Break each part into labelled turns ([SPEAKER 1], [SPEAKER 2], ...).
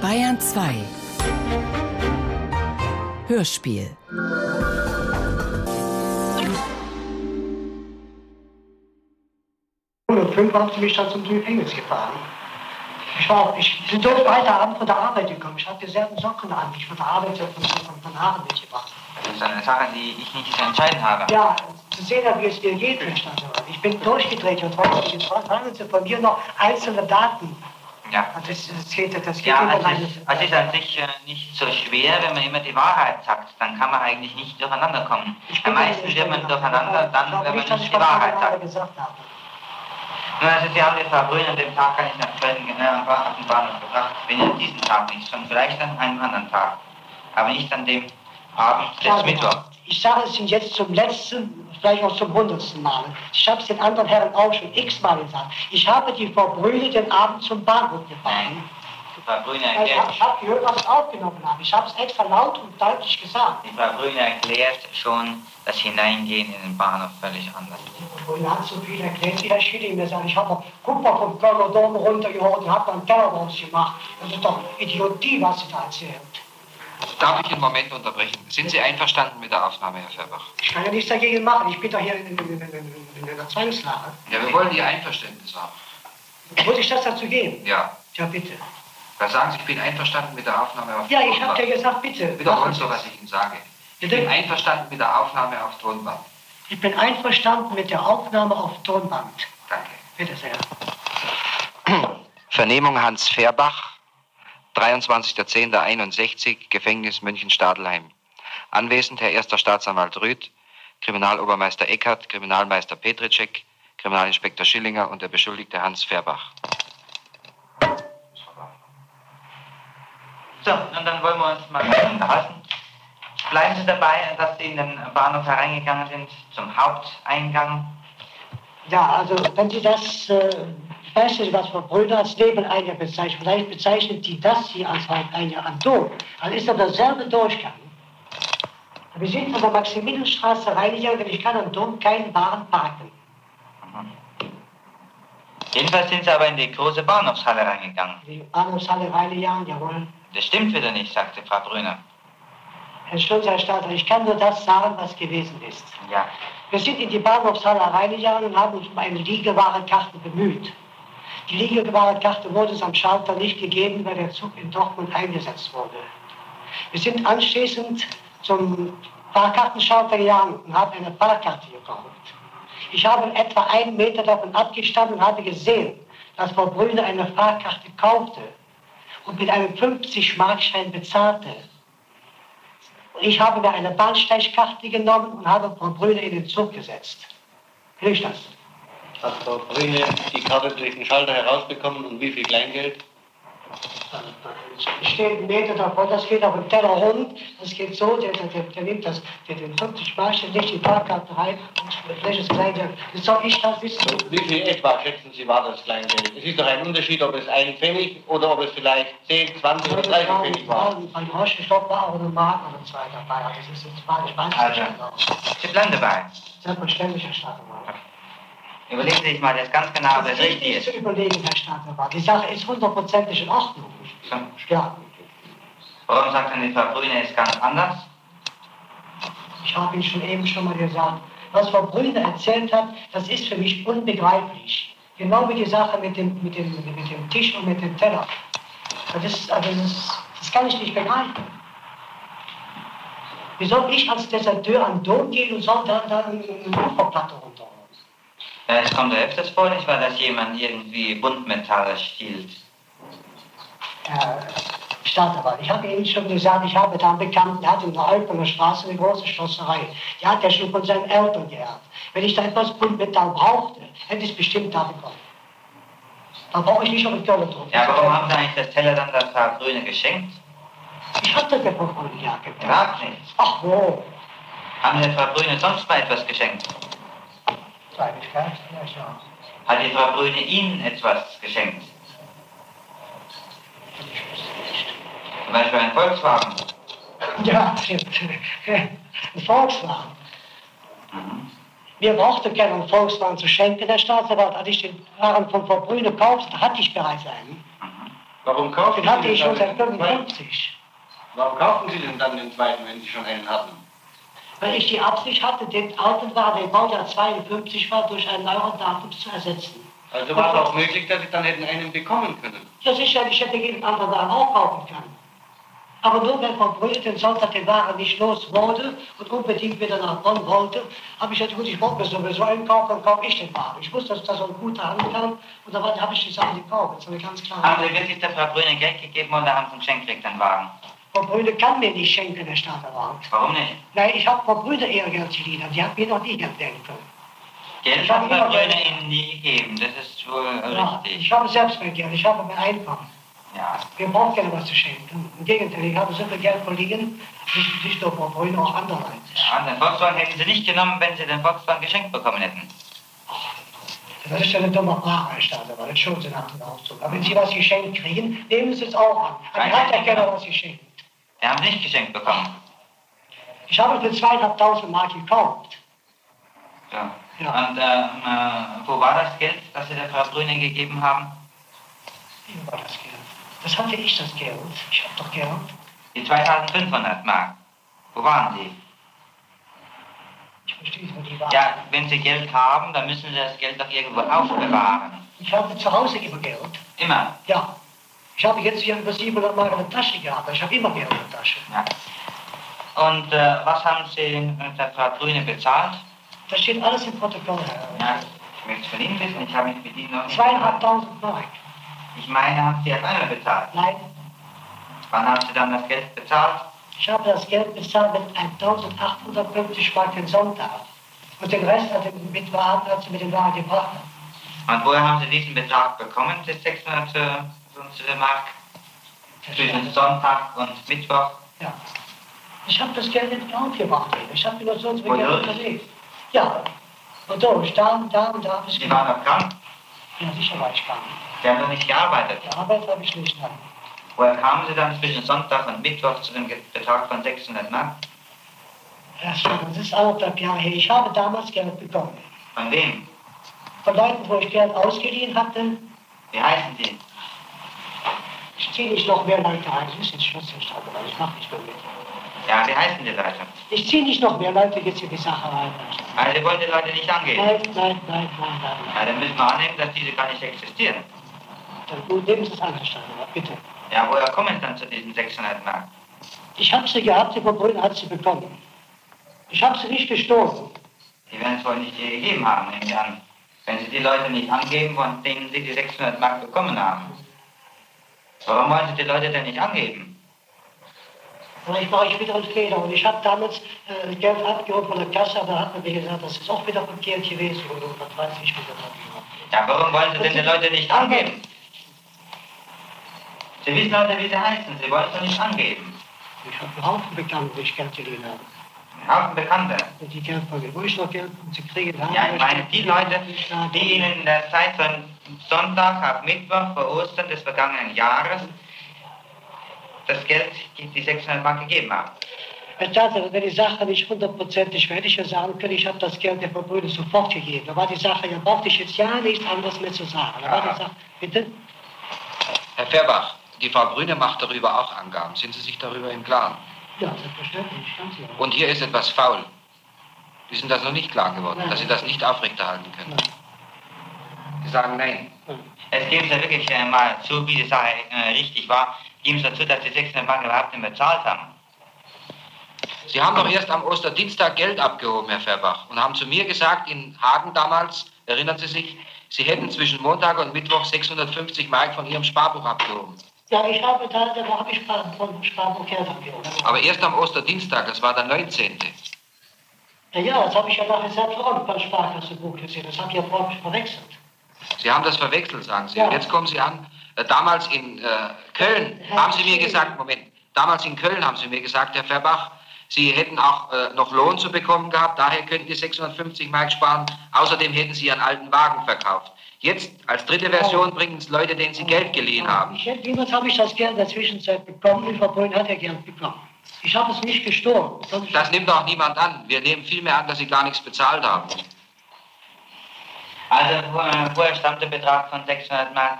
[SPEAKER 1] Bayern 2 Hörspiel
[SPEAKER 2] Und fünf haben sie mich dann zum Gefängnis gefahren. Ich, war, ich bin dort weiterabend von der Arbeit gekommen. Ich hatte dieselben Socken an, die ich von der Arbeit von, von, von Haaren mitgebracht habe.
[SPEAKER 3] Das ist eine Sache, die ich nicht zu entscheiden habe.
[SPEAKER 2] Ja, zu sehen habe, wie es ihr geht, verstanden. Ich bin durchgedreht und weiß nicht, jetzt verlangen sie von mir noch einzelne Daten.
[SPEAKER 3] Ja,
[SPEAKER 2] Und das, das geht, das geht
[SPEAKER 3] ja
[SPEAKER 2] über
[SPEAKER 3] es,
[SPEAKER 2] meine-
[SPEAKER 3] ist, es ist an sich äh, nicht so schwer, wenn man immer die Wahrheit sagt. Dann kann man eigentlich nicht durcheinander kommen.
[SPEAKER 2] Ich bin
[SPEAKER 3] Am meisten wird man durcheinander,
[SPEAKER 2] Ich
[SPEAKER 3] dann,
[SPEAKER 2] glaube
[SPEAKER 3] wenn man
[SPEAKER 2] nicht, dass
[SPEAKER 3] nicht
[SPEAKER 2] ich
[SPEAKER 3] die
[SPEAKER 2] was
[SPEAKER 3] Wahrheit
[SPEAKER 2] gerade
[SPEAKER 3] sagt.
[SPEAKER 2] gesagt habe.
[SPEAKER 3] Nun, also Sie haben den Verbrühen an dem Tag kann ich nach Köln genau am Bahnhof Bahnhof gebracht, wenn an diesem Tag nicht, sondern vielleicht an einem anderen Tag. Aber nicht an dem Abend des Mittwochs.
[SPEAKER 2] Ich sage es Ihnen jetzt zum letzten, vielleicht auch zum hundertsten Mal. Ich habe es den anderen Herren auch schon x-mal gesagt. Ich habe die Frau Brühle den Abend zum Bahnhof gefahren.
[SPEAKER 3] Nein, die Frau Brühne
[SPEAKER 2] Ich habe
[SPEAKER 3] erklärt,
[SPEAKER 2] ich hab gehört, was ich aufgenommen habe. Ich habe es extra laut und deutlich gesagt.
[SPEAKER 3] die Frau Brühne erklärt schon, das Hineingehen in den Bahnhof völlig anders ist.
[SPEAKER 2] Und hat so viel erklärt, sie erschied ihm das an. Ich habe Kupfer vom Kölner Dom runtergeholt und habe dann Teller draus gemacht. Das ist doch Idiotie, was sie da erzählt.
[SPEAKER 4] Darf ich einen Moment unterbrechen? Sind Sie einverstanden mit der Aufnahme, Herr Färbach?
[SPEAKER 2] Ich kann ja nichts dagegen machen. Ich bin doch hier in, in, in, in, in einer Zwangslage.
[SPEAKER 4] Ja, wir wollen Ihr Einverständnis haben.
[SPEAKER 2] Muss ich das dazu geben?
[SPEAKER 4] Ja.
[SPEAKER 2] Ja, bitte.
[SPEAKER 4] Da sagen Sie, ich bin einverstanden mit der Aufnahme auf
[SPEAKER 2] Ja, ich habe
[SPEAKER 4] Tonband.
[SPEAKER 2] dir gesagt, bitte.
[SPEAKER 4] Wiederholen
[SPEAKER 2] machen
[SPEAKER 4] Sie,
[SPEAKER 2] Sie
[SPEAKER 4] doch, was
[SPEAKER 2] es.
[SPEAKER 4] ich Ihnen sage. Ich
[SPEAKER 2] Bitte?
[SPEAKER 4] bin einverstanden mit der Aufnahme auf Tonband.
[SPEAKER 2] Ich bin einverstanden mit der Aufnahme auf Tonband.
[SPEAKER 4] Danke.
[SPEAKER 2] Bitte sehr.
[SPEAKER 4] Vernehmung Hans Färbach, 23.10.61, Gefängnis München-Stadelheim. Anwesend Herr Erster Staatsanwalt Rüth, Kriminalobermeister Eckert, Kriminalmeister Petritschek, Kriminalinspektor Schillinger und der Beschuldigte Hans Färbach.
[SPEAKER 3] So, und dann wollen wir uns mal unterhalten. Bleiben Sie dabei, dass Sie in den Bahnhof hereingegangen sind, zum Haupteingang.
[SPEAKER 2] Ja, also wenn Sie das, äh, ich weiß nicht, was Frau Brüder als Nebeneingang bezeichnet, vielleicht bezeichnet die das hier als Haupteingang am Dom, dann ist das derselbe Durchgang. Wir sind von der Maximilianstraße reingegangen, denn ich kann am Dom keinen Wagen parken.
[SPEAKER 3] Jedenfalls sind Sie aber in die große Bahnhofshalle reingegangen.
[SPEAKER 2] Die Bahnhofshalle reingegangen, jawohl.
[SPEAKER 3] Das stimmt wieder nicht, sagte Frau Brüner.
[SPEAKER 2] Herr Schulz, Herr Staatsanwalt, ich kann nur das sagen, was gewesen ist.
[SPEAKER 3] Ja,
[SPEAKER 2] Wir sind in die Bahnhofshalle reingegangen und haben uns um eine Liegewarenkarte bemüht. Die Liegewarenkarte wurde uns am Schalter nicht gegeben, weil der Zug in Dortmund eingesetzt wurde. Wir sind anschließend zum Fahrkartenschalter gegangen und haben eine Fahrkarte gekauft. Ich habe etwa einen Meter davon abgestanden und habe gesehen, dass Frau Brüne eine Fahrkarte kaufte und mit einem 50-Markschein bezahlte. Ich habe mir eine Bahnsteigkarte genommen und habe Frau Brüne in den Zug gesetzt. Hilft das?
[SPEAKER 5] Hat Frau Brüne die Karte durch den Schalter herausbekommen und wie viel Kleingeld?
[SPEAKER 2] Es steht ein Meter davon, das geht auf den Teller rund, das geht so, der, der, der, der nimmt das, der den 50 Markschein legt die Fahrkarte rein und vielleicht das Kleingeld. Jetzt soll ich das wissen?
[SPEAKER 5] Und Wie viel etwa schätzen Sie war das Kleingeld? Es ist doch ein Unterschied, ob es ein Pfennig oder ob es vielleicht 10, 20 oder 30 Pfennig war.
[SPEAKER 2] Ein Groschenstock war auch eine Mark oder zwei dabei, also das ist jetzt Spanisch, Spanisch.
[SPEAKER 3] Also. Sie bleiben dabei.
[SPEAKER 2] Selbstverständlich, Herr Staatsanwalt.
[SPEAKER 3] Überlegen Sie sich mal das ganz genau, ob das
[SPEAKER 2] ist
[SPEAKER 3] richtig
[SPEAKER 2] nicht zu
[SPEAKER 3] ist.
[SPEAKER 2] überlegen, Herr Staatsanwalt. Die Sache ist hundertprozentig in Ordnung.
[SPEAKER 3] So.
[SPEAKER 2] Ja.
[SPEAKER 3] Warum sagt denn die Frau Brüner ist ganz anders?
[SPEAKER 2] Ich habe Ihnen schon eben schon mal gesagt, was Frau Brüder erzählt hat, das ist für mich unbegreiflich. Genau wie die Sache mit dem, mit dem, mit dem Tisch und mit dem Teller. Das, ist, also das, ist, das kann ich nicht begreifen. Wie soll ich als Deserteur an den Dom gehen und soll dann, dann eine Kupferplatte runterholen?
[SPEAKER 3] Ja, es kommt ja öfters vor, nicht wahr, dass jemand irgendwie Buntmetalle stiehlt.
[SPEAKER 2] Herr Staatsanwalt, ich habe Ihnen schon gesagt, ich habe da einen Bekannten, der hat in der Alpener Straße eine große Schlosserei. Die hat er schon von seinen Eltern geerbt. Wenn ich da etwas Buntmetall brauchte, hätte ich es bestimmt da bekommen. Da brauche ich nicht auf den Kölner Dom.
[SPEAKER 3] Ja, warum haben Sie eigentlich das Teller dann der Frau Brüner geschenkt?
[SPEAKER 2] Ich habe das ja von Grünen ja gebracht.
[SPEAKER 3] Überhaupt nicht.
[SPEAKER 2] Ach wo,
[SPEAKER 3] Haben Sie der Frau Brüner sonst mal etwas geschenkt?
[SPEAKER 2] Kleinigkeit, vielleicht ja.
[SPEAKER 3] Hat die Frau Brüne Ihnen etwas geschenkt? Zum Beispiel ein Volkswagen.
[SPEAKER 2] Ja, stimmt. Ein Volkswagen.
[SPEAKER 3] Mhm.
[SPEAKER 2] Mir brauchte keinen Volkswagen zu schenken, der Staatsanwalt. Als ich den Wagen von Frau Brüne kaufte, hatte ich bereits einen.
[SPEAKER 5] Warum kaufen
[SPEAKER 2] Den hatte
[SPEAKER 5] Sie
[SPEAKER 2] ich schon
[SPEAKER 5] denn
[SPEAKER 2] seit
[SPEAKER 5] dann den zweiten?
[SPEAKER 2] 55.
[SPEAKER 5] Warum kaufen Sie denn dann den zweiten, wenn Sie schon einen hatten?
[SPEAKER 2] Weil ich die Absicht hatte, den alten Wagen, der Baujahr 52 war, durch einen neueren Datums zu ersetzen.
[SPEAKER 5] Also war es auch möglich, dass Sie dann hätten einen bekommen können.
[SPEAKER 2] Ja, sicher, ich hätte jeden anderen Wagen auch kaufen können. Aber nur wenn Frau Brühl den Sonntag den Wagen nicht los wurde und unbedingt wieder nach Bonn wollte, habe ich gesagt, gut, ich brauche mir sowieso einen Kauf, dann kaufe ich den Wagen. Ich wusste, dass das so ein guter ankam und dann habe ich die Sache gekauft. Das war ganz klar.
[SPEAKER 3] Haben Sie wirklich der Frau Brüne Geld gegeben oder haben Sie geschenkt gekriegt, den Wagen?
[SPEAKER 2] Frau Brühl kann mir nicht schenken, der Staatsanwalt.
[SPEAKER 3] Warum nicht?
[SPEAKER 2] Nein, ich habe Frau Brüder Ehrgeiz geliefert, die hat mir noch nie Geld geben können.
[SPEAKER 3] Geld
[SPEAKER 2] Ich
[SPEAKER 3] hat
[SPEAKER 2] hab
[SPEAKER 3] Frau
[SPEAKER 2] immer
[SPEAKER 3] Brüne
[SPEAKER 2] Geld.
[SPEAKER 3] Ihnen nie gegeben, das ist wohl
[SPEAKER 2] Ja,
[SPEAKER 3] richtig.
[SPEAKER 2] ich habe selbst mein Geld, ich habe mein Einkommen.
[SPEAKER 3] Ja.
[SPEAKER 2] Wir brauchen gerne was zu schenken. Im Gegenteil, ich habe so viel Geld verliehen, nicht, nicht nur Frau Brüder, auch andererseits.
[SPEAKER 3] ja. Und den Volkswagen hätten Sie nicht genommen, wenn Sie den Volkswagen geschenkt bekommen hätten.
[SPEAKER 2] Das ist ja eine dumme Frage, Herr Staatsanwalt, entschuldigen Sie nach dem Ausdruck. Aber wenn Sie was geschenkt kriegen, nehmen Sie es auch an. Aber ich
[SPEAKER 3] Nein,
[SPEAKER 2] habe ja
[SPEAKER 3] nein,
[SPEAKER 2] gerne
[SPEAKER 3] nein.
[SPEAKER 2] was geschenkt.
[SPEAKER 3] Sie haben es nicht geschenkt bekommen.
[SPEAKER 2] Ich habe es für zweieinhalbtausend Mark gekauft.
[SPEAKER 3] Ja.
[SPEAKER 2] Ja.
[SPEAKER 3] Und ähm, äh, wo war das Geld, das Sie der Frau Brüne gegeben haben?
[SPEAKER 2] Wie war das Geld? Das hatte ich, das Geld. Ich habe doch Geld.
[SPEAKER 3] Die 2500 Mark. Wo waren die?
[SPEAKER 2] Ich verstehe nicht, wo die waren.
[SPEAKER 3] Ja, wenn Sie Geld haben, dann müssen Sie das Geld doch irgendwo aufbewahren.
[SPEAKER 2] Ich habe zu Hause immer Geld.
[SPEAKER 3] Immer.
[SPEAKER 2] Ja. Ich habe jetzt hier über 700 Mark in der Tasche gehabt. Ich habe immer Geld in der Tasche.
[SPEAKER 3] Ja. Und äh, was haben Sie mit der Frau Brüne bezahlt?
[SPEAKER 2] Das steht alles im Protokoll, Herr.
[SPEAKER 3] Ja, ich möchte es von Ihnen wissen, ich habe mich mit Ihnen noch nicht...
[SPEAKER 2] Zweieinhalbtausend Mark.
[SPEAKER 3] Ich meine, haben Sie auf einmal bezahlt.
[SPEAKER 2] Nein,
[SPEAKER 3] Wann haben Sie dann das Geld bezahlt?
[SPEAKER 2] ich habe das Geld bezahlt mit 1850 Mark den Sonntag. Und den Rest hat er mit Waren, hat sie mit den Waren gebracht.
[SPEAKER 3] Und woher haben Sie diesen Betrag bekommen, die 600 äh, sonst Mark? Zwischen Sonntag und Mittwoch?
[SPEAKER 2] Ja. Ich habe das Geld nicht aufgemacht. Ich habe nur sonst mit Geld
[SPEAKER 3] Wodurch?
[SPEAKER 2] unterlegt. Ja. Und durch, da und da und da habe ich
[SPEAKER 3] Sie waren doch krank.
[SPEAKER 2] Ja, sicher war ich krank.
[SPEAKER 3] Sie haben doch nicht gearbeitet.
[SPEAKER 2] Gearbeitet habe ich nicht. Nein.
[SPEAKER 3] Woher kamen Sie dann zwischen Sonntag und Mittwoch zu dem Ge- Betrag von 600 Mark?
[SPEAKER 2] Ja, schon, Das ist anderthalb Jahre her. Ich habe damals Geld bekommen.
[SPEAKER 3] Von wem?
[SPEAKER 2] Von Leuten, wo ich Geld ausgeliehen hatte,
[SPEAKER 3] Wie heißen Sie?
[SPEAKER 2] ich ziehe nicht noch mehr Leute ein. Das ist jetzt Schluss, Herr Staatsanwalt. Ich mache nicht mehr mit.
[SPEAKER 3] Ja, wie heißen die Leute?
[SPEAKER 2] Ich ziehe nicht noch mehr Leute jetzt in die Sache rein.
[SPEAKER 3] Also Sie wollen die Leute nicht angehen.
[SPEAKER 2] Nein, nein, nein, nein, nein. nein.
[SPEAKER 3] Ja, dann müssen wir annehmen, dass diese gar nicht existieren.
[SPEAKER 2] Dann gut, nehmen Sie es an, Herr Staatsanwalt, bitte.
[SPEAKER 3] Ja, woher kommen Sie dann zu diesen 600 Mark?
[SPEAKER 2] Ich habe sie gehabt, die Verbrüder hat sie bekommen. Ich habe sie nicht gestohlen.
[SPEAKER 3] Die werden es wohl nicht dir gegeben haben, nehme ich an. Wenn Sie die Leute nicht angeben, von denen Sie die 600 Mark bekommen haben. Warum wollen Sie die Leute denn nicht angeben?
[SPEAKER 2] Aber ich mache ich wieder einen Fehler. Und ich habe damals äh, Geld abgeholt von der Kasse, aber hat man mir gesagt, das ist auch wieder verkehrt gewesen. Und was weiß ich wieder darüber.
[SPEAKER 3] Ja, warum wollen Sie denn die Leute nicht angeben? Sie wissen heute, wie Sie heißen. Sie wollen es doch nicht angeben.
[SPEAKER 2] Ich habe einen Haufen Bekannte, die ich Geld geliehen habe.
[SPEAKER 3] Sie haben Bekannte.
[SPEAKER 2] Und die Geld von mir, wo ich noch Geld und sie kriegen, haben
[SPEAKER 3] Ja, ich meine, die Leute,
[SPEAKER 2] schlagen.
[SPEAKER 3] die Ihnen in der Zeit von Sonntag auf Mittwoch vor Ostern des vergangenen Jahres das Geld, die 600 Mark gegeben haben.
[SPEAKER 2] Herr Tatsache, also wenn die Sache nicht hundertprozentig wäre, hätte ich ja sagen können, ich habe das Geld der Verbrüder sofort gegeben. Da war die Sache, ja brauchte ich jetzt ja nichts anderes mehr zu sagen. Da war
[SPEAKER 4] Aha.
[SPEAKER 2] die Sache, bitte?
[SPEAKER 4] Herr Fairbach, die Frau Brüne macht darüber auch Angaben. Sind Sie sich darüber im Klaren?
[SPEAKER 2] Ja, selbstverständlich, ganz ja.
[SPEAKER 4] Und hier ist etwas faul. Sie sind das noch nicht klar geworden,
[SPEAKER 2] Nein.
[SPEAKER 4] dass Sie das nicht aufrechterhalten können. Sie sagen nein.
[SPEAKER 3] Es geben Sie wirklich äh, mal zu, wie die Sache äh, richtig war. Geben Sie dazu, dass die 600 Mark überhaupt nicht bezahlt haben.
[SPEAKER 4] Sie haben doch erst am Osterdienstag Geld abgehoben, Herr Fairbach, und haben zu mir gesagt, in Hagen damals, erinnern Sie sich, Sie hätten zwischen Montag und Mittwoch 650 Mark von Ihrem Sparbuch abgehoben.
[SPEAKER 2] Ja, ich habe da, da habe ich Spar- von Sparbuch Geld abgehoben.
[SPEAKER 4] Aber erst am Osterdienstag, das war der 19.
[SPEAKER 2] Ja, ja, das habe ich ja nachher selbst auch beim Sparkassenbuch gesehen. Das habe ich ja vorhin verwechselt.
[SPEAKER 4] Sie haben das verwechselt, sagen Sie.
[SPEAKER 2] Ja.
[SPEAKER 4] Und jetzt kommen Sie an, äh, damals in äh, Köln
[SPEAKER 2] Herr
[SPEAKER 4] haben Sie mir
[SPEAKER 2] Schäfer.
[SPEAKER 4] gesagt, Moment, damals in Köln haben Sie mir gesagt, Herr Fairbach, Sie hätten auch äh, noch Lohn zu bekommen gehabt, daher könnten die 650 Mark sparen. Außerdem hätten Sie Ihren alten Wagen verkauft. Jetzt als dritte Version bringen es Leute, denen Sie Geld geliehen haben.
[SPEAKER 2] Ich hätte, niemals habe ich das Geld in der Zwischenzeit bekommen. Die Verbrüder hat ja Geld bekommen. Ich habe es nicht gestohlen. sondern ich-
[SPEAKER 4] Das nimmt auch niemand an. Wir nehmen vielmehr an, dass Sie gar nichts bezahlt haben.
[SPEAKER 3] Also, wo- äh, woher stammt der Betrag von 600 Mark?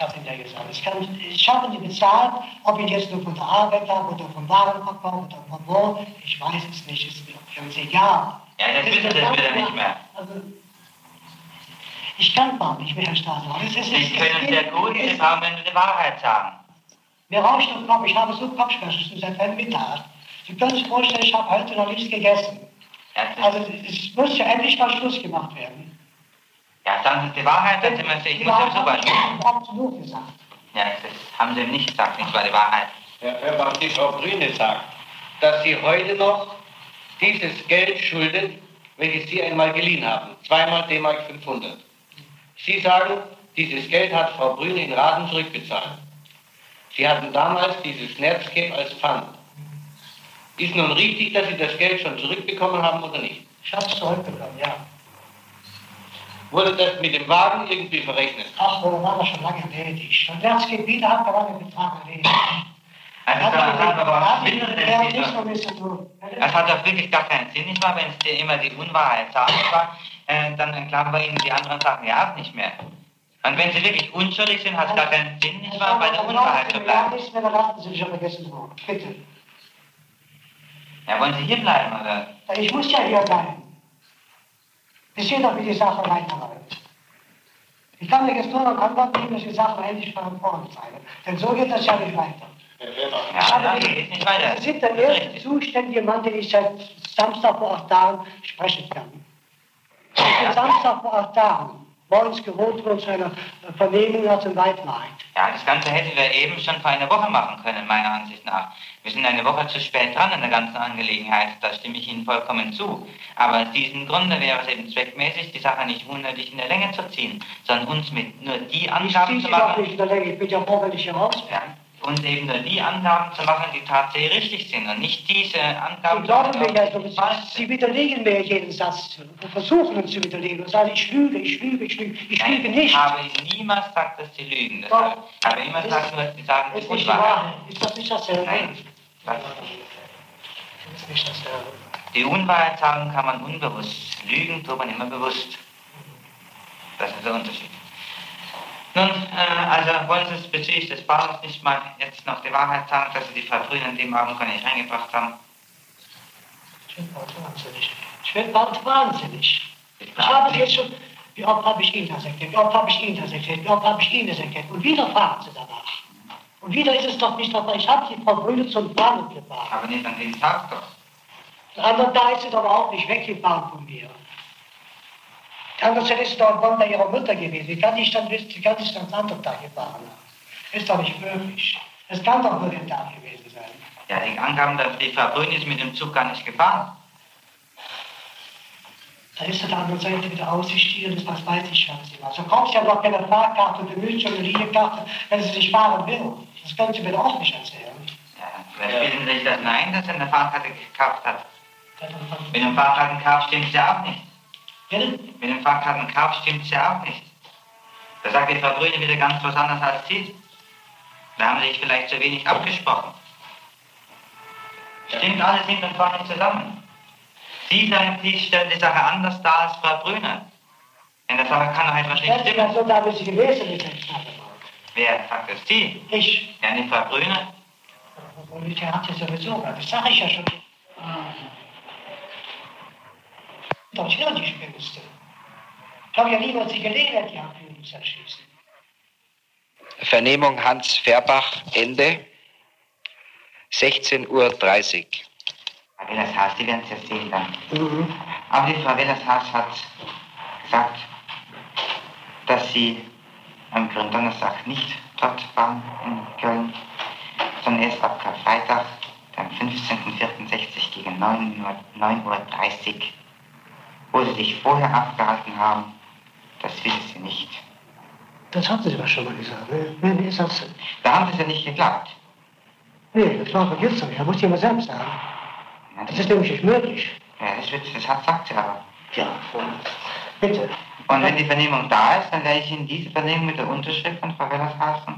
[SPEAKER 2] habe Ihnen ja gesagt. Ich, kann, ich habe die bezahlt, ob ich jetzt nur von der Arbeit habe oder vom Warenverkauf oder von wo, ich weiß es nicht, ist mir ganz egal.
[SPEAKER 3] Ja,
[SPEAKER 2] ist
[SPEAKER 3] das wissen
[SPEAKER 2] mir
[SPEAKER 3] Sie
[SPEAKER 2] ganz
[SPEAKER 3] wieder nicht
[SPEAKER 2] egal.
[SPEAKER 3] mehr.
[SPEAKER 2] Also, ich kann gar nicht mehr, Herr Staatsanwalt. Es ist-
[SPEAKER 3] Sie
[SPEAKER 2] es
[SPEAKER 3] können
[SPEAKER 2] geht-
[SPEAKER 3] sehr gut
[SPEAKER 2] es-
[SPEAKER 3] im Moment die Wahrheit sagen.
[SPEAKER 2] Mir rauscht der Kopf, ich habe so Kopfschmerzen seit einem Mittag. Sie können sich vorstellen, ich habe heute noch nichts gegessen.
[SPEAKER 3] Das ist,
[SPEAKER 2] Also es muss ja endlich mal Schluss gemacht werden.
[SPEAKER 3] ja, sagen Sie die Wahrheit, dann sind wir sicher. Ich muss
[SPEAKER 2] Überhaupt
[SPEAKER 3] ja super
[SPEAKER 2] habe ich Absolut gesagt.
[SPEAKER 3] Ja, das haben Sie nicht gesagt, nicht war die Wahrheit.
[SPEAKER 5] Herr Feuerbach, die Frau Brüne sagt, dass sie heute noch dieses Geld schuldet, welches Sie einmal geliehen haben. Zweimal D-Mark 500. Sie sagen, dieses Geld hat Frau Brüne in Raten zurückbezahlt. Sie hatten damals dieses Netscape als Pfand. Ist nun richtig, dass Sie das Geld schon zurückbekommen haben oder nicht?
[SPEAKER 2] Ich habe es zurückbekommen, ja.
[SPEAKER 5] Wurde das mit dem Wagen irgendwie verrechnet?
[SPEAKER 2] Ach, da war das schon lange erledigt. Schon das Gebiet hat der lange Betrag erledigt.
[SPEAKER 3] Also,
[SPEAKER 2] Hat
[SPEAKER 3] sagen
[SPEAKER 2] man-
[SPEAKER 3] Sie mal,
[SPEAKER 2] hat
[SPEAKER 3] warum
[SPEAKER 2] man-
[SPEAKER 3] schwindelt
[SPEAKER 2] der
[SPEAKER 3] denn
[SPEAKER 2] hat
[SPEAKER 3] Sie
[SPEAKER 2] nichts
[SPEAKER 3] so?
[SPEAKER 2] damit zu tun.
[SPEAKER 3] Das hat doch wirklich gar keinen Sinn, nicht wahr? Wenn es dir immer die Unwahrheit sagt, nicht wahr? Äh, dann glauben wir Ihnen die anderen Sachen ja auch nicht mehr. Und wenn Sie wirklich unschuldig sind, hat es gar keinen Sinn, nicht wahr, bei der Unwahrheit zu bleiben.
[SPEAKER 2] Nichts mehr, dann lassen Sie mich schon vergessen, wo. Bitte.
[SPEAKER 3] Ja, wollen Sie hier bleiben, oder?
[SPEAKER 2] Ich muss ja hier bleiben. Wir sehen doch, wie die Sache weiterläuft. Ich kann mir jetzt nur noch Antwort geben, dass die Sache endlich von vorne sein. Denn so geht das ja nicht weiter.
[SPEAKER 5] Herr Feuerbach,
[SPEAKER 3] Ja, nein, geht nicht weiter.
[SPEAKER 2] Sie sind der
[SPEAKER 3] Das ist
[SPEAKER 2] erste
[SPEAKER 3] richtig.
[SPEAKER 2] zuständige Mann, den ich seit Samstag vor acht Tagen sprechen kann. Ich bin Samstag vor acht Tagen morgens gewohnt worden zu einer Vernehmung aus dem Waldmarkt.
[SPEAKER 3] Ja, das Ganze hätten wir eben schon vor einer Woche machen können, meiner Ansicht nach. Wir sind eine Woche zu spät dran an der ganzen Angelegenheit, da stimme ich Ihnen vollkommen zu. Aber aus diesem Grunde wäre es eben zweckmäßig, die Sache nicht unnötig in der Länge zu ziehen, sondern uns mit nur die
[SPEAKER 2] Ich ziehe
[SPEAKER 3] Angaben zu
[SPEAKER 2] sie doch
[SPEAKER 3] machen,
[SPEAKER 2] nicht überlegen, ich bin ja froh, wenn ich hier raus bin.
[SPEAKER 3] ja, uns eben nur die Angaben zu machen, die tatsächlich richtig sind und nicht diese Angaben
[SPEAKER 2] Sie glauben mir ja, so,
[SPEAKER 3] die falsch
[SPEAKER 2] Sie
[SPEAKER 3] sind.
[SPEAKER 2] widerlegen mir jeden Satz, versuchen uns zu widerlegen und sagen, ich lüge, ich lüge, ich lüge, ich
[SPEAKER 3] Nein,
[SPEAKER 2] lüge nicht.
[SPEAKER 3] Ich habe Ihnen niemals gesagt, dass Sie lügen. Das
[SPEAKER 2] Doch.
[SPEAKER 3] ich habe immer gesagt, nur Sie sagen
[SPEAKER 2] Ist
[SPEAKER 3] die
[SPEAKER 2] nicht
[SPEAKER 3] Unwahrheit.
[SPEAKER 2] wahr, ist das nicht dasselbe?
[SPEAKER 3] Nein, das ist
[SPEAKER 2] Ist nicht dasselbe.
[SPEAKER 3] Die Unwahrheit sagen kann man unbewusst. Lügen tut man immer bewusst. Das ist der Unterschied. Nun, äh, also wollen Sie es bezüglich des Bauens nicht mal jetzt noch die Wahrheit sagen, dass Sie die Frau Brühl an dem Abend gar nicht reingebracht haben?
[SPEAKER 2] Ich bin bald wahnsinnig. Ich bin bald wahnsinnig. Ich habe jetzt schon, wie oft habe ich Ihnen das erklärt, wie oft habe ich Ihnen das erklärt, wie oft habe ich Ihnen das erklärt. Und wieder fragen Sie danach. Und wieder ist es doch nicht dabei. Ich habe die Frau Brüne zum Bahnhof gefahren.
[SPEAKER 3] Aber nicht an dem Tag doch.
[SPEAKER 2] Der andere da ist sie doch auch nicht weggefahren von mir. Andererseits ist sie doch wohl bei ihrer Mutter gewesen. Wie kann ich dann wissen, wie kann ich dann am anderen Tag gefahren haben? Ist doch nicht möglich. Es kann doch nur der Tag gewesen sein.
[SPEAKER 3] Ja, die Angaben, dass die Frau Brühl ist mit dem Zug gar nicht gefahren.
[SPEAKER 2] Da ist auf der anderen Seite wieder ausgestiegen, das was weiß ich schon. Also kommst ja noch keine Fahrkarte und bemüht schon eine Linienkarte, wenn sie nicht fahren will. Das können Sie mir doch auch nicht erzählen.
[SPEAKER 3] Ja, vielleicht bilden Äh, Sie sich das nein, dass er eine Fahrkarte gekauft hat.
[SPEAKER 2] Dann-
[SPEAKER 3] Mit dem Fahrkartenkauf stimmt es ja auch nicht.
[SPEAKER 2] Bitte?
[SPEAKER 3] Mit dem Fahrkartenkauf stimmt es ja auch nicht. Da sagt die Frau Brüne wieder ganz was anderes als Sie. Da haben Sie sich vielleicht zu wenig abgesprochen. Stimmt alles hin und vorne zusammen. Sie sagen, Sie stellen die Sache anders dar als Frau Brüne. In der Sache kann doch
[SPEAKER 2] Ich
[SPEAKER 3] etwas nicht
[SPEAKER 2] hätte das
[SPEAKER 3] stimmen.
[SPEAKER 2] so, da habe ich sie gelesen mit dem Staatsanwalt.
[SPEAKER 3] Wer sagt das? Sie?
[SPEAKER 2] Ich,
[SPEAKER 3] Ja, nicht Frau Brüne.
[SPEAKER 2] und die hat ja sowieso, das sage ich ja schon. Ah. Doch ich will nicht Minister. Ich habe ja niemals die Gelegenheit gehabt, ihn zu erschießen.
[SPEAKER 4] Vernehmung Hans Färbach, Ende. 16.30 Uhr.
[SPEAKER 3] Frau Willershaus, Sie werden es ja sehen dann.
[SPEAKER 2] Mhm.
[SPEAKER 3] Aber die Frau Willershaus hat gesagt, dass Sie am Gründonnerstag nicht dort waren in Köln, sondern erst ab Karfreitag, am 15.04.60 gegen 9 Uhr, 9.30 Uhr, wo Sie sich vorher abgehalten haben, das wissen Sie nicht.
[SPEAKER 2] Das hatten Sie doch schon mal gesagt, ne? Nee, nee, das,
[SPEAKER 3] Da haben Sie es ja nicht geglaubt.
[SPEAKER 2] nee, das war vergessen, er muss ja mal selbst sagen.
[SPEAKER 3] Ja,
[SPEAKER 2] Das ist nämlich nicht möglich.
[SPEAKER 3] das, wird- das hat, sagt sie aber.
[SPEAKER 2] Ja, bitte.
[SPEAKER 3] Und wenn die Vernehmung da ist, dann werde ich Ihnen diese Vernehmung mit der Unterschrift von Frau Wellershausen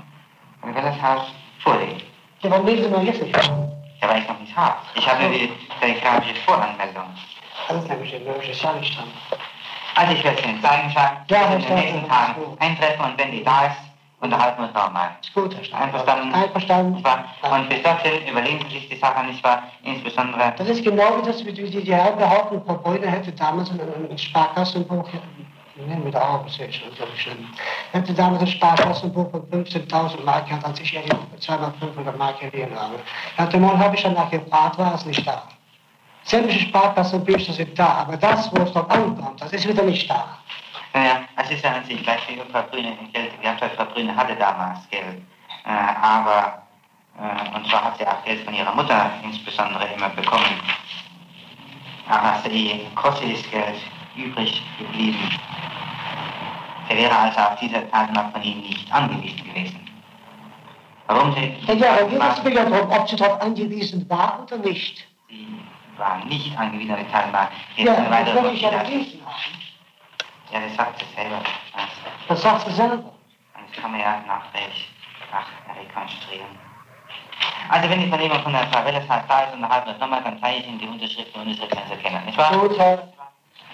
[SPEAKER 3] und Wellershaus vorlegen.
[SPEAKER 2] Ja, warum lesen Sie mal jetzt nicht?
[SPEAKER 3] Ja, weil ich noch nicht habe. Ich habe nur die telegrafische Voranmeldung.
[SPEAKER 2] Das ist nämlich nicht möglich, das ist ja nicht dran.
[SPEAKER 3] Also ich werde es Ihnen zeigen, Schatz.
[SPEAKER 2] Ja, Herr
[SPEAKER 3] in den nächsten
[SPEAKER 2] Staatsanwalt.
[SPEAKER 3] Tagen eintreffen und wenn die da ist unterhalten wir uns nochmal.
[SPEAKER 2] Ist gut, Herr Steinberg.
[SPEAKER 3] Einverstanden?
[SPEAKER 2] Einverstanden.
[SPEAKER 3] Nicht wahr? Und bis dorthin überlegen Sie sich die Sache, nicht wahr? Insbesondere,
[SPEAKER 2] Das ist genau wie das, wie die, die Herren behaupten, Frau Beuner hätte damals in einem Sparkassenbuch, ne, mit der Augen sehe ich schon, glaube ich, schlimm, hätte damals ein Sparkassenbuch von 15.000 Mark gehabt, als ich ihr die zweimal 500 Mark geliehen habe. Nach dem Mond habe ich danach gefragt, war es nicht da. Sämtliche Sparkassenbücher sind da, aber das, wo es drauf ankommt, das ist wieder nicht da.
[SPEAKER 3] naja, es ist ja an sich gleich wie Frau Brüne in Geld. Die Antwort Frau Brüne hatte damals Geld. Äh, aber, äh, und zwar hat sie auch Geld von ihrer Mutter insbesondere immer bekommen. Aber sie kostet das Geld übrig geblieben. Sie wäre also auf diese Teilnahme von Ihnen nicht angewiesen gewesen. Warum sie...
[SPEAKER 2] Ja, ja, aber geht es mir ja darum, ob sie darauf angewiesen war oder nicht.
[SPEAKER 3] Sie war nicht angewiesen auf die Teilnahme. Jetzt
[SPEAKER 2] Ja,
[SPEAKER 3] eine
[SPEAKER 2] das
[SPEAKER 3] weitere
[SPEAKER 2] würde ich ja
[SPEAKER 3] Möglichkeit.
[SPEAKER 2] bewiesen haben.
[SPEAKER 3] Ja, das sagt sie selber. Das,
[SPEAKER 2] Das sagt sie selber.
[SPEAKER 3] das kann man ja nachträglich nach rekonstruieren. Also wenn die Vernehmung von der Favelles halt da ist und halten wir es nochmal, dann zeige ich Ihnen die Unterschrift der Bundesreferenz kennen, nicht wahr?
[SPEAKER 2] Gut, Herr.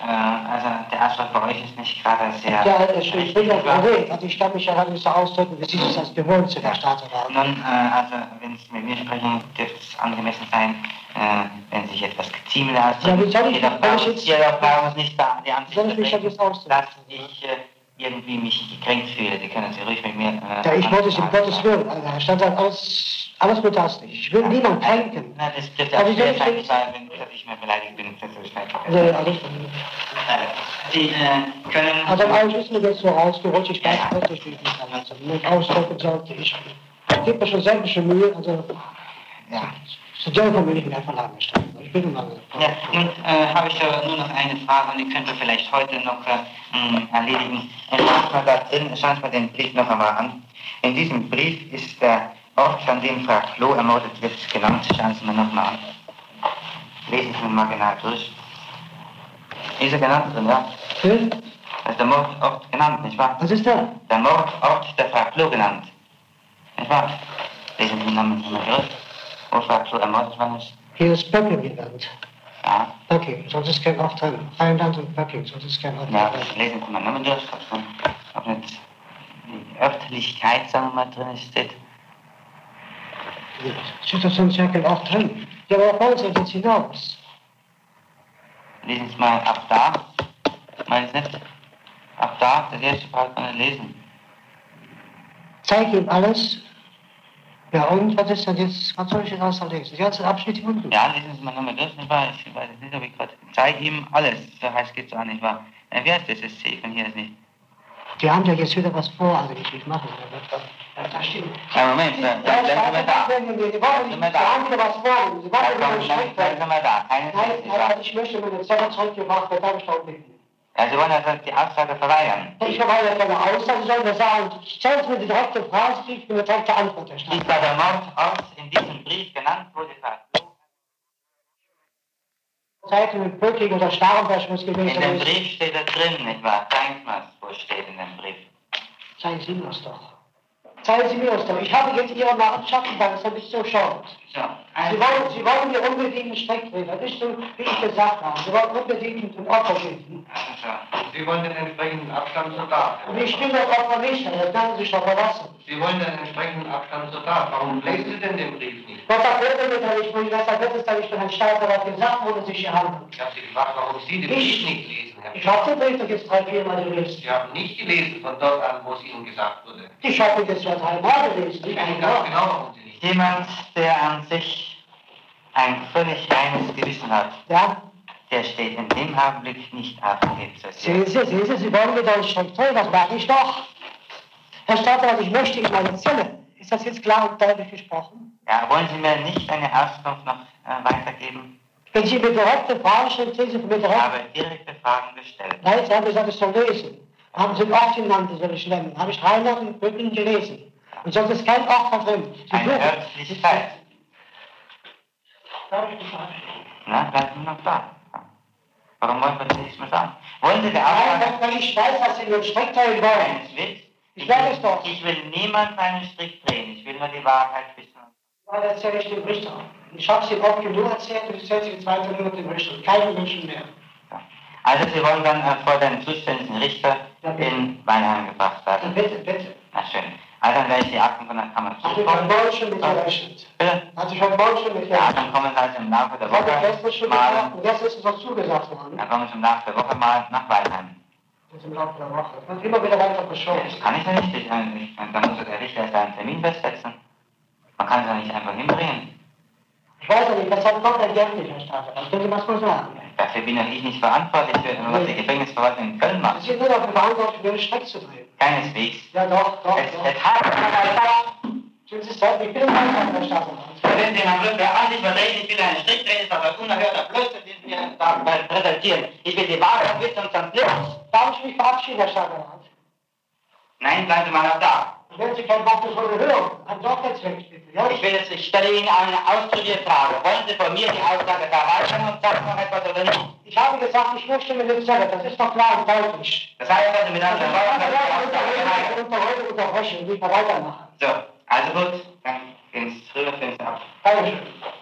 [SPEAKER 3] Äh, also der Ausschlag bei euch ist nicht gerade sehr...
[SPEAKER 2] Ja, das stimmt. Ich bin ja
[SPEAKER 3] nicht wahr?
[SPEAKER 2] verwirrt. Also ich kann mich ja gar nicht so ausdrücken, wie Sie es als gewohnt sind, Herr Staatsanwalt.
[SPEAKER 3] Nun, äh, also wenn Sie mit mir sprechen, dürfte es angemessen sein, äh, wenn Sie sich etwas geziemelt
[SPEAKER 2] Ja, wie
[SPEAKER 3] ausdrücken.
[SPEAKER 2] soll ich-
[SPEAKER 3] jedoch
[SPEAKER 2] wenn ich
[SPEAKER 3] brauchen
[SPEAKER 2] jetzt-
[SPEAKER 3] jedoch brauchen Sie nicht da die Ansicht
[SPEAKER 2] Soll ich mich
[SPEAKER 3] vertreten,
[SPEAKER 2] jetzt ausdrücken?
[SPEAKER 3] dass ich äh, irgendwie mich gekränkt fühle. Sie können sich ruhig mit mir... Äh,
[SPEAKER 2] Ja, ich wollte es um
[SPEAKER 3] anfangen.
[SPEAKER 2] Gottes Willen, also Herr Staatsanwalt, alles, alles gut das nicht. Ich will niemanden kränken.
[SPEAKER 3] Na, das dürfte
[SPEAKER 2] Also
[SPEAKER 3] auch
[SPEAKER 2] ich denke,
[SPEAKER 3] sehr
[SPEAKER 2] ich-
[SPEAKER 3] schlecht sein, wenn dass ich mal beleidigt bin. Das ist schlecht.
[SPEAKER 2] Nee, also,
[SPEAKER 3] Sie äh, können...
[SPEAKER 2] also eigentlich ist mir jetzt so rausgerutscht, ich weiß wirklich nicht, wie ich das also mit ausdrücken sollte. Ich gebe mir schon sämtliche Mühe, also
[SPEAKER 3] ja.
[SPEAKER 2] zu dürfen will ich mir einfach lange stellen. Ich bin immer
[SPEAKER 3] Ja, nun äh, habe ich da nur noch eine Frage und die könnt ihr vielleicht heute noch äh, mh, erledigen. Äh, Schaut mal da drin, schaut mal den Brief noch einmal an. In diesem Brief ist der Ort, an dem Frau Klo ermordet wird, genannt. Schauen Sie mir noch mal an. Lesen Sie mal genau durch. Ist er genannt drin, ja?
[SPEAKER 2] Hm?
[SPEAKER 3] Da ist der Mordort genannt, nicht wahr?
[SPEAKER 2] Was ist da?
[SPEAKER 3] Der Mordort der Frau Klo genannt. Nicht wahr? Lesen Sie den Namen nochmal durch. Wo Frau Klo ermordet worden ist.
[SPEAKER 2] Hier ist Böcking genannt.
[SPEAKER 3] Ja.
[SPEAKER 2] Böcking, sonst ist kein Ort drin. Rheinland und Böcking, sonst ist kein Ort
[SPEAKER 3] Ja,
[SPEAKER 2] drin.
[SPEAKER 3] das lesen kann man nochmal durch, ob so- ob nicht die Öffentlichkeit, sagen wir mal, drin steht.
[SPEAKER 2] Steht das sonst ja kein Ort drin. Ja, aber wollen Sie jetzt hinaus?
[SPEAKER 3] Lesen Sie mal ab da. Meinen Sie nicht? Ab da, das erste braucht man nicht lesen.
[SPEAKER 2] Zeig ihm alles. Ja, und was ist denn jetzt? Was soll ich denn alles da lesen? Die ganzen Abschnitte unten.
[SPEAKER 3] Ja, lesen Sie mal nochmal durch, nicht wahr? Ich weiß jetzt nicht, ob ich gerade. Zeig ihm alles, so heißt es auch nicht wahr? Äh, wie heißt das? Das sehe ich von hier jetzt nicht.
[SPEAKER 2] Die haben ja jetzt wieder was vor, also ich nicht machen. Ja, das stimmt.
[SPEAKER 3] Ja, Moment, äh, bleiben Sie mal da.
[SPEAKER 2] Wenn wir- die wollen
[SPEAKER 3] Sind
[SPEAKER 2] nicht-
[SPEAKER 3] wir
[SPEAKER 2] die
[SPEAKER 3] da?
[SPEAKER 2] haben wieder was vor. Die
[SPEAKER 3] Ja,
[SPEAKER 2] wollen wieder
[SPEAKER 3] komm,
[SPEAKER 2] einen
[SPEAKER 3] bleiben
[SPEAKER 2] Schritt
[SPEAKER 3] bleiben Sie
[SPEAKER 2] weiter.
[SPEAKER 3] mal da. Keine
[SPEAKER 2] Nein,
[SPEAKER 3] Zeit, nicht wahr?
[SPEAKER 2] nein, also ich möchte meine Zelle zurückgemacht, da darf ich doch nicht.
[SPEAKER 3] Ja, Sie wollen also die Aussage verweigern.
[SPEAKER 2] Ich verweile ja keine Aussage, sondern sagen, stellen Sie mir die direkte Frage, die ich mir eine direkte Antwort erstatte.
[SPEAKER 3] Ist da der Mordort in diesem Brief genannt, wo die Frau Klo
[SPEAKER 2] Seite mit Böcking oder Starrenberg muss gewesen
[SPEAKER 3] In
[SPEAKER 2] sein.
[SPEAKER 3] dem Brief steht da drin, nicht wahr? Zeig mal, wo steht in dem Brief.
[SPEAKER 2] Zeigen Sie mir das doch. Zeigen Sie mir das doch. Ich habe jetzt Ihre Machenschaften, weil es ein bisschen schaut.
[SPEAKER 3] So, also,
[SPEAKER 2] Sie wollen, Sie wollen mir unbedingt einen Schreck drehen. Das ist so, wie ich gesagt habe. Sie wollen unbedingt ein Opfer finden.
[SPEAKER 3] also so.
[SPEAKER 5] Sie wollen den entsprechenden Abstand zur Tat.
[SPEAKER 2] Und ich bin das Opfer nicht, das können Sie sich doch verlassen.
[SPEAKER 5] Sie wollen den entsprechenden Abstand zur Tat. Warum lesen Sie denn den Brief nicht?
[SPEAKER 2] Deshalb wird es mir dann nicht, deshalb wird es dann nicht von Herrn Staatsanwalt gesagt, wo es sich hier handelt.
[SPEAKER 5] Ich habe Sie gefragt, warum Sie den
[SPEAKER 2] Ich-
[SPEAKER 5] Brief nicht lesen, Herr
[SPEAKER 2] Ich habe den Brief doch jetzt drei, vier Mal gelesen.
[SPEAKER 5] Sie haben nicht gelesen von dort an, wo es Ihnen gesagt wurde.
[SPEAKER 2] Ich habe ihn jetzt nur drei Mal gelesen,
[SPEAKER 5] Ich
[SPEAKER 2] nicht
[SPEAKER 5] weiß
[SPEAKER 2] einmal.
[SPEAKER 5] ganz genau, warum Sie nicht.
[SPEAKER 3] Jemand, der an sich ein völlig reines Gewissen hat,
[SPEAKER 2] Ja,
[SPEAKER 3] der steht in dem Augenblick nicht auf um dem
[SPEAKER 2] Sehen
[SPEAKER 3] Hilfssystem.
[SPEAKER 2] Sie, sehen Sie, Sie wollen mir doch einen Schreck drehen, das mache ich doch. Herr Staatsanwalt, ich möchte in meine Zelle. Ist das jetzt klar und deutlich gesprochen?
[SPEAKER 3] Ja, wollen Sie mir nicht eine Auskunft noch äh, weitergeben?
[SPEAKER 2] Wenn Sie mir direkte Fragen stellen, sehen Sie von mir
[SPEAKER 3] Ich
[SPEAKER 2] direkt.
[SPEAKER 3] habe direkte Fragen gestellt.
[SPEAKER 2] Nein, Sie haben gesagt, ich soll lesen. Haben Sie einen Ort genannt, den soll ich nennen? Habe ich Rheinland und Brücken gelesen? Und sonst ist kein Ort da drin. Sie
[SPEAKER 3] Eine
[SPEAKER 2] suchen.
[SPEAKER 3] Öffentlichkeit.
[SPEAKER 2] Darf ich die Frage stellen?
[SPEAKER 3] Na, bleiben Sie noch da. Warum wollen wir das nicht mehr sagen? Wollen Sie die
[SPEAKER 2] Nein,
[SPEAKER 3] Aussage?
[SPEAKER 2] weil- weil ich weiß, dass Sie mir einen Schreck drehen wollen.
[SPEAKER 3] Keines Witz.
[SPEAKER 2] Ich sag es doch.
[SPEAKER 3] Ich will niemand einen Strich drehen. Ich will nur die Wahrheit wissen.
[SPEAKER 2] Weil erzähle ich dem Richter. Ich habe es Ihnen oft genug erzählt und ich erzähle es jetzt weiter nur dem Richter. Keinen Menschen mehr.
[SPEAKER 3] Ja. Also Sie wollen dann äh, vor den zuständigen Richter in Weinheim gebracht
[SPEAKER 2] Also
[SPEAKER 3] werden.
[SPEAKER 2] bitte, bitte.
[SPEAKER 3] Na schön. Also dann werde ich die Akten von der Kammer
[SPEAKER 2] Hat die
[SPEAKER 3] zurückholen.
[SPEAKER 2] Frau Boll schon mitgerechnet?
[SPEAKER 3] Bitte?
[SPEAKER 2] Hat die Frau Boll schon
[SPEAKER 3] Ja,
[SPEAKER 2] mitgerechnet?
[SPEAKER 3] dann kommen wir halt im Laufe der
[SPEAKER 2] Hat er gestern
[SPEAKER 3] Woche
[SPEAKER 2] schon
[SPEAKER 3] mal,
[SPEAKER 2] gesagt und gestern ist es auch zugesagt worden?
[SPEAKER 3] dann kommen wir im Laufe der Woche mal nach Weinheim.
[SPEAKER 2] Jetzt im Laufe der Woche. Und immer wieder weiter verschoben.
[SPEAKER 3] Das kann ich ja nicht, ich, ich, dann muss der Richter erst einen Termin festsetzen. Man kann es ja nicht einfach hinbringen.
[SPEAKER 2] Ich weiß ja nicht, weshalb kommt der Geld nicht, Herr Also Staatsanwalt? Das können Sie mal so sagen.
[SPEAKER 3] Dafür bin ja ich nicht verantwortlich für, was die Gefängnisverwaltung in Köln
[SPEAKER 2] Sie
[SPEAKER 3] macht.
[SPEAKER 2] sind nur dafür verantwortlich, mir den Schreck zu drehen.
[SPEAKER 3] Keineswegs.
[SPEAKER 2] Ja, doch, doch,
[SPEAKER 3] Es,
[SPEAKER 2] doch.
[SPEAKER 3] es hat
[SPEAKER 2] Tun Sie es doch, ich bin im Einsatz, Herr Staatsanwalt.
[SPEAKER 3] Wenn Sie mal Glück an, ich verdrehe nicht wieder einen Strich drehen, ist aber unerhörter Blödsinn, den Sie mir da präsentieren. Ich will die Wahrheit wissen und sonst nichts.
[SPEAKER 2] Darf ich mich verabschieden, Herr Staatsanwalt?
[SPEAKER 3] Nein, bleiben Sie mal noch da.
[SPEAKER 2] Wenn Sie kein Wort von hören, dann doch jetzt weg, bitte, ja?
[SPEAKER 3] Ich will jetzt, ich stelle Ihnen eine ausdrückliche Frage. Wollen Sie von mir die Aussage verweigern und sagen noch etwas oder nicht?
[SPEAKER 2] Ich habe gesagt, ich möchte mit dem Zeller, das ist doch klar und deutlich.
[SPEAKER 3] Das heißt also, mit anderen Worten, dass die Aussage verweigern.
[SPEAKER 2] unter heute unterbrechen und nicht mehr weitermachen.
[SPEAKER 3] So, also gut, dann gehen Sie drüber, finden Sie ab.
[SPEAKER 2] Dankeschön.